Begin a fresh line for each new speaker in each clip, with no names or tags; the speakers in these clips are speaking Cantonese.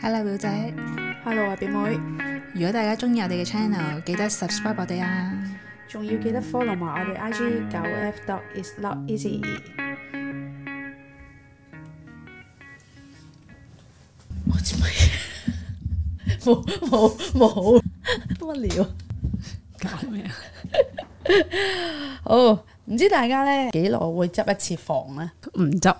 Hello 表姐，
Hello à, 啊，表妹，
如果大家中意我哋嘅 channel，記得 subscribe 我哋啊！
仲要記得 follow 埋我哋 IG 九 F dot is not easy。
我知乜嘢？冇冇冇乜料？
搞咩啊？
好，唔知大家咧幾耐會執一次房咧？
唔執，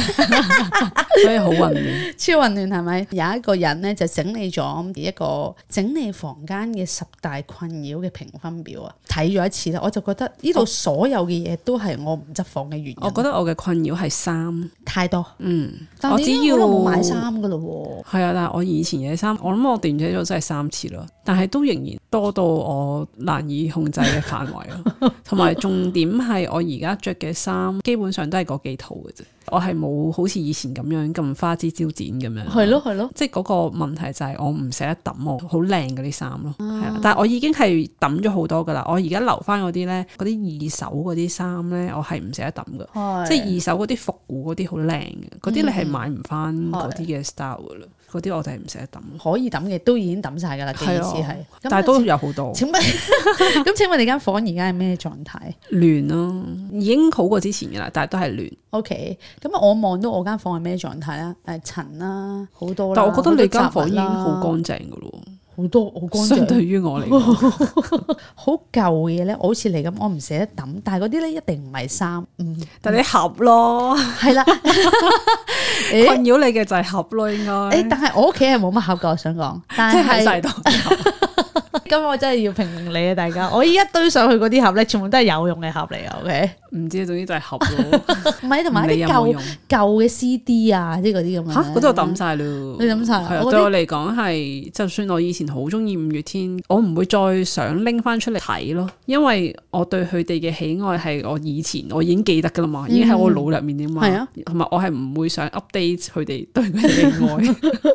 所以好混亂。
超混亂係咪？有一個人咧就整理咗嗯一個整理房間嘅十大困擾嘅評分表啊，睇咗一次啦，我就覺得呢度所有嘅嘢都係我唔執房嘅原因。
我覺得我嘅困擾係衫，
太多，
嗯，
但
我
你已經
只要
好耐冇買衫噶啦喎。
係啊，但係我以前嘅衫，我諗我斷捨咗真係三次啦，但係都仍然多到我難以控制嘅範圍 咯。同埋重點係我而家着嘅衫，基本上都係嗰幾套嘅啫，我係冇好似以前咁樣咁花枝招展咁樣。
係咯係咯，
即係嗰個問題就係我唔捨得抌我好靚嗰啲衫咯，
嗯
係啊，但係我已經係抌咗好多噶啦，我而家留翻嗰啲咧，嗰啲二手嗰啲衫咧，我係唔捨得抌噶。
係嗯
即係二手嗰啲復古嗰啲好靚嘅，嗰啲你係買唔翻嗰啲嘅 style 噶啦，嗰啲我哋係唔捨得抌。
可以抌嘅都已經抌晒噶啦，嘅意思係
啊。
咁
但係都有好多
請問 咁請問你間房而家係咩狀態
亂咯，已經好過之前噶啦，但係都係亂。
？OK，咁我望到我間房係咩狀態啦？誒塵啦，好多啦
但我覺得你間房已經
好
好
多雜物啦
乾淨噶咯，
好多好乾
相
淨，
對於我嚟講，
好舊嘅嘢咧。我好似你咁，我唔捨得抌，但係嗰啲咧一定唔係 衫，嗯，
但係你盒咯，
係 啦。
困
誒
擾你嘅就係盒咯，應
誒，
該
但係我屋企係冇乜盒嘅，我想講，但
即係喺晒
係
度。
咁我真係要評評你啊，大家！我依家堆上去嗰啲盒咧，全部都係有用嘅盒嚟嘅，OK？
唔知，總之就係 盒咯。
唔係，同埋
你
一啲
有冇
舊
用？
舊嘅 CD 啊，即係嗰啲咁樣。
嚇，嗰度抌晒咯。
你抌晒啦
係啊，
我
對
啲
我嚟講係，就算我以前好中意五月天，我唔會再想拎翻出嚟睇咯，因為我對佢哋嘅喜愛係我以前我已經記得噶啦嘛，已經喺我腦入面啊嘛。
嗯係啊，
同埋我係唔會想 update 佢哋對佢哋嘅愛，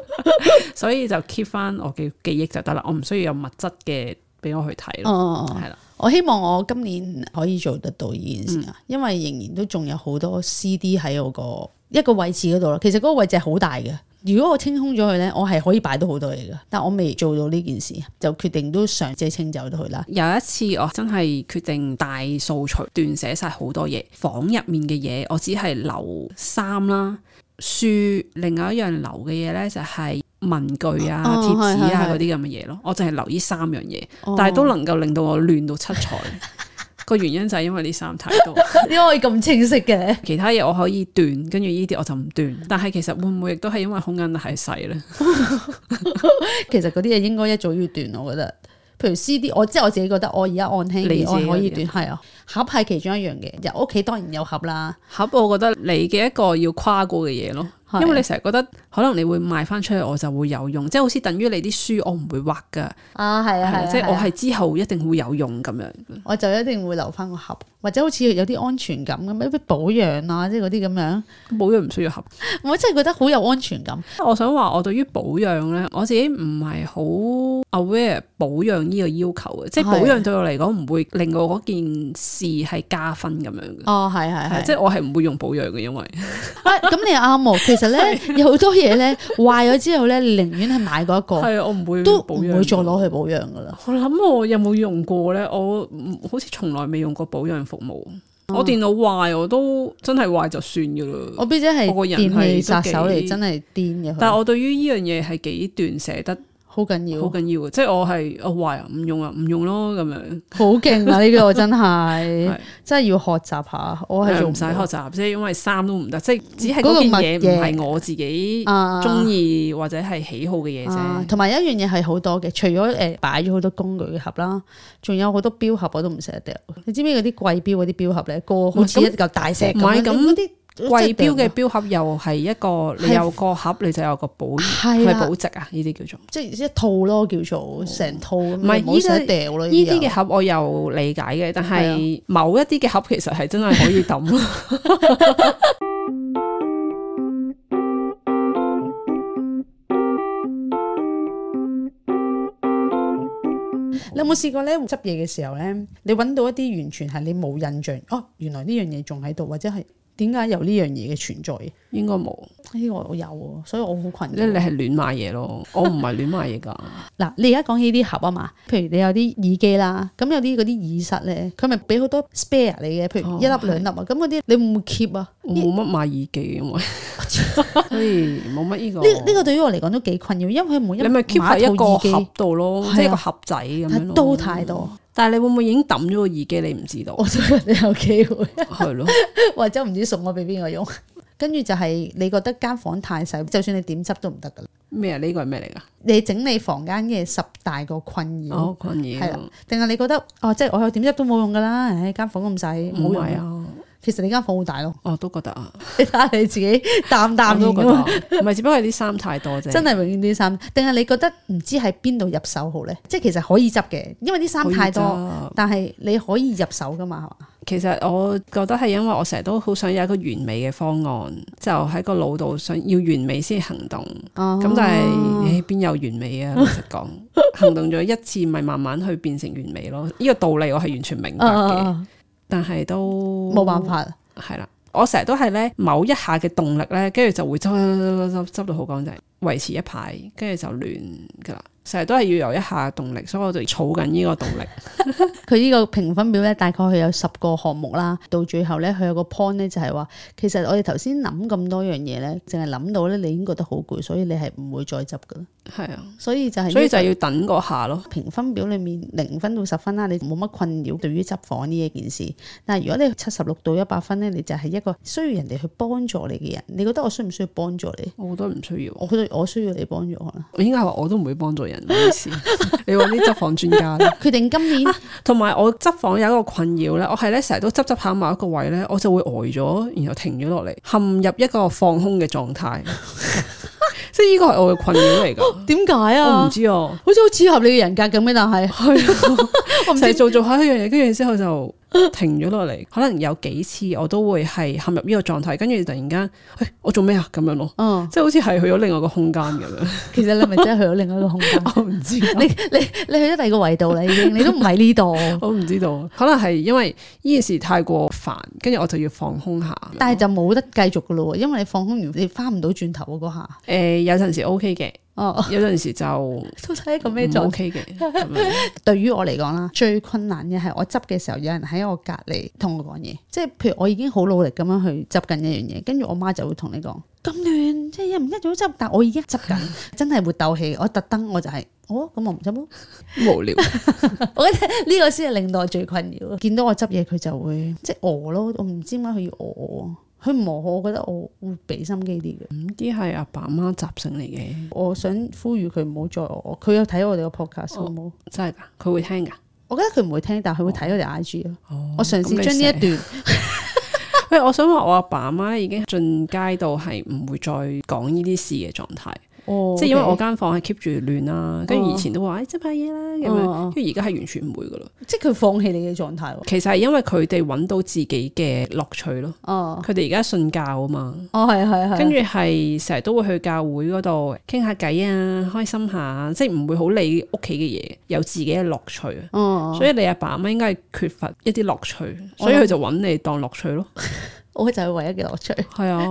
所以就 keep 翻我嘅記憶就得啦。我唔需要有物質嘅俾我去睇咯。
哦，
係啦，
我希望我今年可以做得到呢件事啊，因為仍然都仲有好多 CD 喺我個一個位置嗰度啦。其實嗰個位置係好大嘅。如果我清空咗佢呢，我係可以擺到好多嘢噶，但我未做到呢件事，就決定都嘗試清走咗佢 啦。
有一次我真係決定大掃除，斷捨晒好多嘢，房入面嘅嘢我只係留衫啦、書，另外一樣留嘅嘢呢，就係文具啊、
哦
貼紙啊
係係係哦
嗰啲咁嘅嘢咯，我淨係留呢三樣嘢，但係都能夠令到我亂到七彩。個原因就係因為呢三太多，
點解可以咁清晰嘅？
其他嘢我可以斷，跟住呢啲我就唔斷。但係其實會唔會亦都係因為空間太細呢？
其實嗰啲嘢應該一早要斷，我覺得。譬如 CD，我即係我自己覺得我而家按輕啲，
你自
我
己
可以
嗰啲
斷，係啊。盒係其中一樣嘅，入屋企當然有盒啦。
盒我覺得你嘅一個要跨過嘅嘢咯，
係
因為你成日覺得可能你會賣翻出去，我就會有用，即係好似等於你啲書我唔會畫噶，
啊，係啊，係
係啦
啊，
即係我
啊
係之後一定會有用咁樣。
我就一定會留翻個盒，或者好似有啲安全感咁，一啲保養啊，即係嗰啲咁 樣，
保養唔需要盒。
我真係覺得好有安全感。
我想話我對於保養呢，我自己唔係好 aware 保養呢個要求嘅，即係
係
保養對我嚟講唔會令到嗰件事係加分咁樣嘅，
哦，係係
係
係，
即
即係
係我係唔會用保養嘅，因為
咁你又啱 喎。其實咧有好多嘢咧壞咗之後咧，你寧願係買嗰一個，
係我唔會
哦都
保
唔
養嗯
會再攞去保養噶啦。
我諗我有冇用過呢？我唔好似從來未用過保養服務。我電腦壞我都真係壞就算噶
嗯我
啦。
表姐係
我個人
電器
係
殺手
都
嚟，
幾
真係癲嘅
但係
佢，
我對於呢樣嘢係幾斷捨得，
好緊要
好，緊要嘅。即係我係我壞啊，唔用啊，唔用咯咁樣。
好勁啊！呢個真係
係
真係要學習下，我係
係啊
做
唔使
到嗯
學習，即係因為衫都唔得，即係只係
嗰個
嗰件
物
嘢唔
嘢
係我自己
啊
中意或者係喜好嘅嘢
啊
啫。
同埋有一樣嘢係好多嘅，除咗誒擺咗好多工具嘅盒啦，仲有好多錶盒我都唔捨得掉。你知唔知嗰啲貴錶嗰啲錶盒咧，個好似
唔
一
係咁
嚿大石咁
唔係
樣，
咁
嗰啲啊
貴標嘅標盒又係一個，你
係
有個盒你就有個保
係
係
啦
保值啊，呢啲叫做。
即係一套咯，叫做成套咁，
唔係
你唔好捨得
依家
掉咯。
呢啲
又
嘅盒我又理解嘅，但
啊
係某一啲嘅盒其實係真係可以抌 咯。
你有冇試過咧執嘢嘅時候咧，你揾到一啲完全係你冇印象，哦，原來呢樣嘢仲喺度，或者係點解有呢樣嘢嘅存在？
應該冇，
呢個我有喎，所以我好困
即係你
擾。
係亂買嘢咯，我唔係亂買嘢 㗎。
嗱，你而家講起啲盒啊嘛，譬如你有啲耳機啦，咁有啲嗰啲耳塞咧，佢咪俾好多 spare 你嘅，譬如
哦
一粒兩粒啊，咁嗰啲你會唔會 keep 啊？
我冇乜買耳機嘅， 因為所以冇乜呢個。
呢呢個對於我嚟講都幾困擾，因為佢每一
哦你咪 keep
買
喺一
套
個
耳機
盒度咯
係，啊
即係一個盒仔咁樣咯。
但都太多，
但係你會唔會已經抌咗個耳機？你唔知道
我，想你有機會。
係咯。
或者唔知送我俾邊個用。 跟住就係你覺得間房太細，就算你點執都唔得噶啦。
咩啊？呢個係咩嚟㗎？
你整理房間嘅十大個困
哦
擾，，嗯
困
係啦
擾。
定係你覺得哦，即係我有點執都冇用噶啦，唉，間房咁細冇
冇
用
係
啊。
啊，
其實你間房好大咯，
我都覺得啊，
你睇下你自己淡淡
我
然
都覺
咁啊，
得，唔係，只不過係啲衫太多啫。
真係永遠啲衫。定係你覺得唔知喺邊度入手好咧？即係其實可以執嘅，因為啲衫太
可以
多，
啫
但係你可以入手噶嘛，係嘛？
其實我覺得係因為我成日都好想有一個完美嘅方案，就喺個腦度想要完美先行動。
哦
咁、但係誒邊有完美啊？老實 講，行動咗一次咪慢慢去變成完美咯。呢、個道理我係完全明白哦
啊
嘅，
啊啊
但係都
冇辦法，
係啦。我成日都係咧某一下嘅動力咧，跟住就會執執執執執到好乾淨，維持一排，跟住就亂㗎啦。成日都係要有一下動力，所以我就儲緊呢個動力。
佢呢個評分表咧，大概佢有十個項目啦。到最後咧，佢有個 point 咧，就係話其實我哋頭先諗咁多樣嘢咧，淨係諗到咧，你已經覺得好攰，所以你係唔會再執噶啦。
係啊，
所以就係呢個
所以就要等嗰下咯。
評分表裡面零分到十分啦，你冇乜困擾對於執房呢一件事。但係如果你七十六到一百分咧，你就係一個需要人哋去幫助你嘅人。你覺得我需唔需要幫助你？
我覺得唔需要。
我覺得 我需要你幫助我啦。
我應該係話我都唔會幫助人，唔好意 思。你揾啲執房專家啦。
決定今年
同埋我執房有一個困擾咧，我係咧成日都執執下某一個位咧，我就會呆咗，然後停咗落嚟，陷入一個放空嘅狀態。 哦即係呢個係我嘅困擾 嚟㗎。
點解
我
啊
唔？知啊，
好似好似合你嘅人格咁樣，但係 我唔
就係
知
做做下一樣嘢，跟住之後就停咗落嚟。可能有幾次我都會係陷入呢個狀態，跟住突然間，喂、我做咩啊？咁樣咯，
嗯。
即係好似係去咗另外一個空間咁樣。
其實你咪真係去咗另一個空間，
我唔知啊。
你你你去咗第二個維度啦，已 經，你都唔啊喺呢度，
我唔知道，可能係因為呢件事太過煩，跟住我就要放空下。
但係就冇得繼續噶咯喎，因為你放空完，你翻唔到轉頭嗰下。
誒、有陣時 OK 嘅，
哦，
有陣時就唔
到底一個咩狀態？
OK 嘅咁 樣。
對於我嚟講啦，最困難嘅係我執嘅時候，有人喺我隔離同我講嘢，即係譬如我已經好努力咁樣去執緊一樣嘢，跟住我媽就會同你講咁亂，即係唔一早執，但我已經執 緊，真係會鬥氣。我特登我就係、哦，咁我唔執咯。
無聊，
我覺得呢個先係令到我最困擾。見到我執嘢，佢就會即係餓咯。我唔知點解佢要餓我，佢唔餓我，我覺得我會俾心機啲嘅。
呢啲係阿爸阿媽習性嚟嘅，
我想呼籲佢唔好再餓我。佢有睇我哋個 podcast 好冇？
真係㗎，佢會聽㗎。
我覺得佢唔會聽，但係佢會睇我哋 IG 咯。
哦
我嘗
咁你
試將呢一段
喂，我想話我阿爸阿媽已經進階到係唔會再講呢啲事嘅狀態，
哦
即係因為
OK
我間房係 keep 住亂啦，跟住以前都話誒哎執下嘢啦咁
哦
樣
哦，
跟住而家係完全唔會㗎咯。
即係佢放棄你嘅狀態喎。
其實係因為佢哋揾到自己嘅樂趣咯，
哦，
佢哋而家信教啊嘛。
哦係係係。
跟住係成日都會去教會嗰度傾下偈啊，開心下，即係唔會好理屋企嘅嘢，有自己嘅樂趣啊。
哦，
所以你阿爸阿媽應該係缺乏一啲樂趣，所以佢就揾你當樂趣
哦
咯。
我就係唯一嘅樂 趣。
係啊，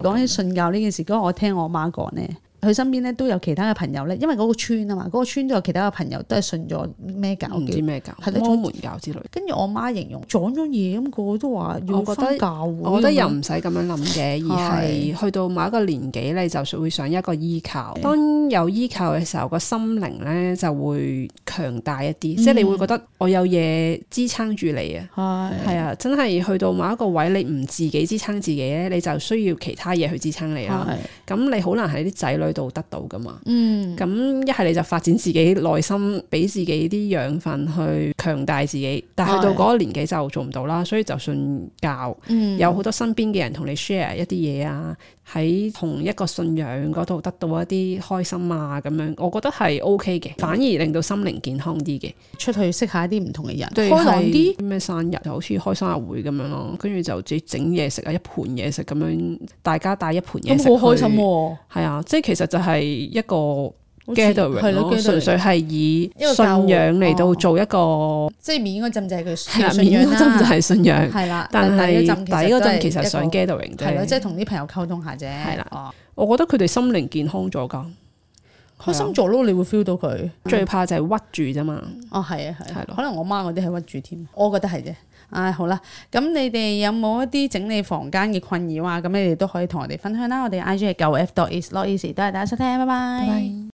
講起信教呢件事，嗰日我聽我媽講咧，佢身邊咧都有其他嘅朋友咧，因為嗰個村啊嘛，嗰、個村都有其他嘅朋友都係信咗咩教
我唔
嘅
知。咩教，
係咯
摩門教之類。
跟住我媽形容撞咗嘢咁，個個都話要
我覺得
翻教會。
我覺得又
哦咁樣
唔使咁樣諗嘅，而係去到某一個年紀，你就會想一個依靠。當有依靠嘅時候，個心靈咧就會強大一
嗯
啲，即係你會覺得我有嘢支撐住你啊。
係
係啊，真係去到某一個位，你唔自己支撐自己咧，你就需要其他嘢去支撐你啦。
係
咁你好難喺啲仔女度得到噶嘛。
嗯
咁一係你就發展自己內心，俾自己啲養分去強大自己，但係去到嗰個年紀就做唔到啦，所以就信教，
嗯
有好多身邊嘅人同你 share 一啲嘢啊，喺同一個信仰嗰度得到一啲開心啊咁樣，我覺得係 OK
嗯
嘅，反而令到心靈健康啲嘅。
出去識下一啲唔同嘅人，
對
開朗啲。
係咩生日，好似開生日會咁樣咯，跟住就自己整嘢食啊，一盤嘢食咁樣，大家帶一盤嘢食，
咁好開心。喎！
係啊，即係其實就係一個 gathering
係咯
咯，純粹
gathering
係以
一個
信
教會
仰嚟到
哦
做一個
即係面應該浸就係佢
係啦
嘅信
面
仰
嗰陣就
啦，
係信仰，
係啦。
但係
底
底嗰陣
陣
其實想
嘅
gathering
係咯，即
啫。
係同啲朋友溝通下啫。
係啦
哦，
我覺得佢哋心靈健康咗㗎，
開心做咯，你會 feel 到佢。
最怕就係屈住啫嘛。
哦，係啊，係啊
係，咯
可能我媽嗰啲係屈住添，我覺得係啫。唉，好啦，咁你哋有冇一啲整理房間嘅困擾啊？咁你哋都可以同我哋分享啦。我哋 I G 係九 F dot is not easy，多謝大家收聽，拜拜。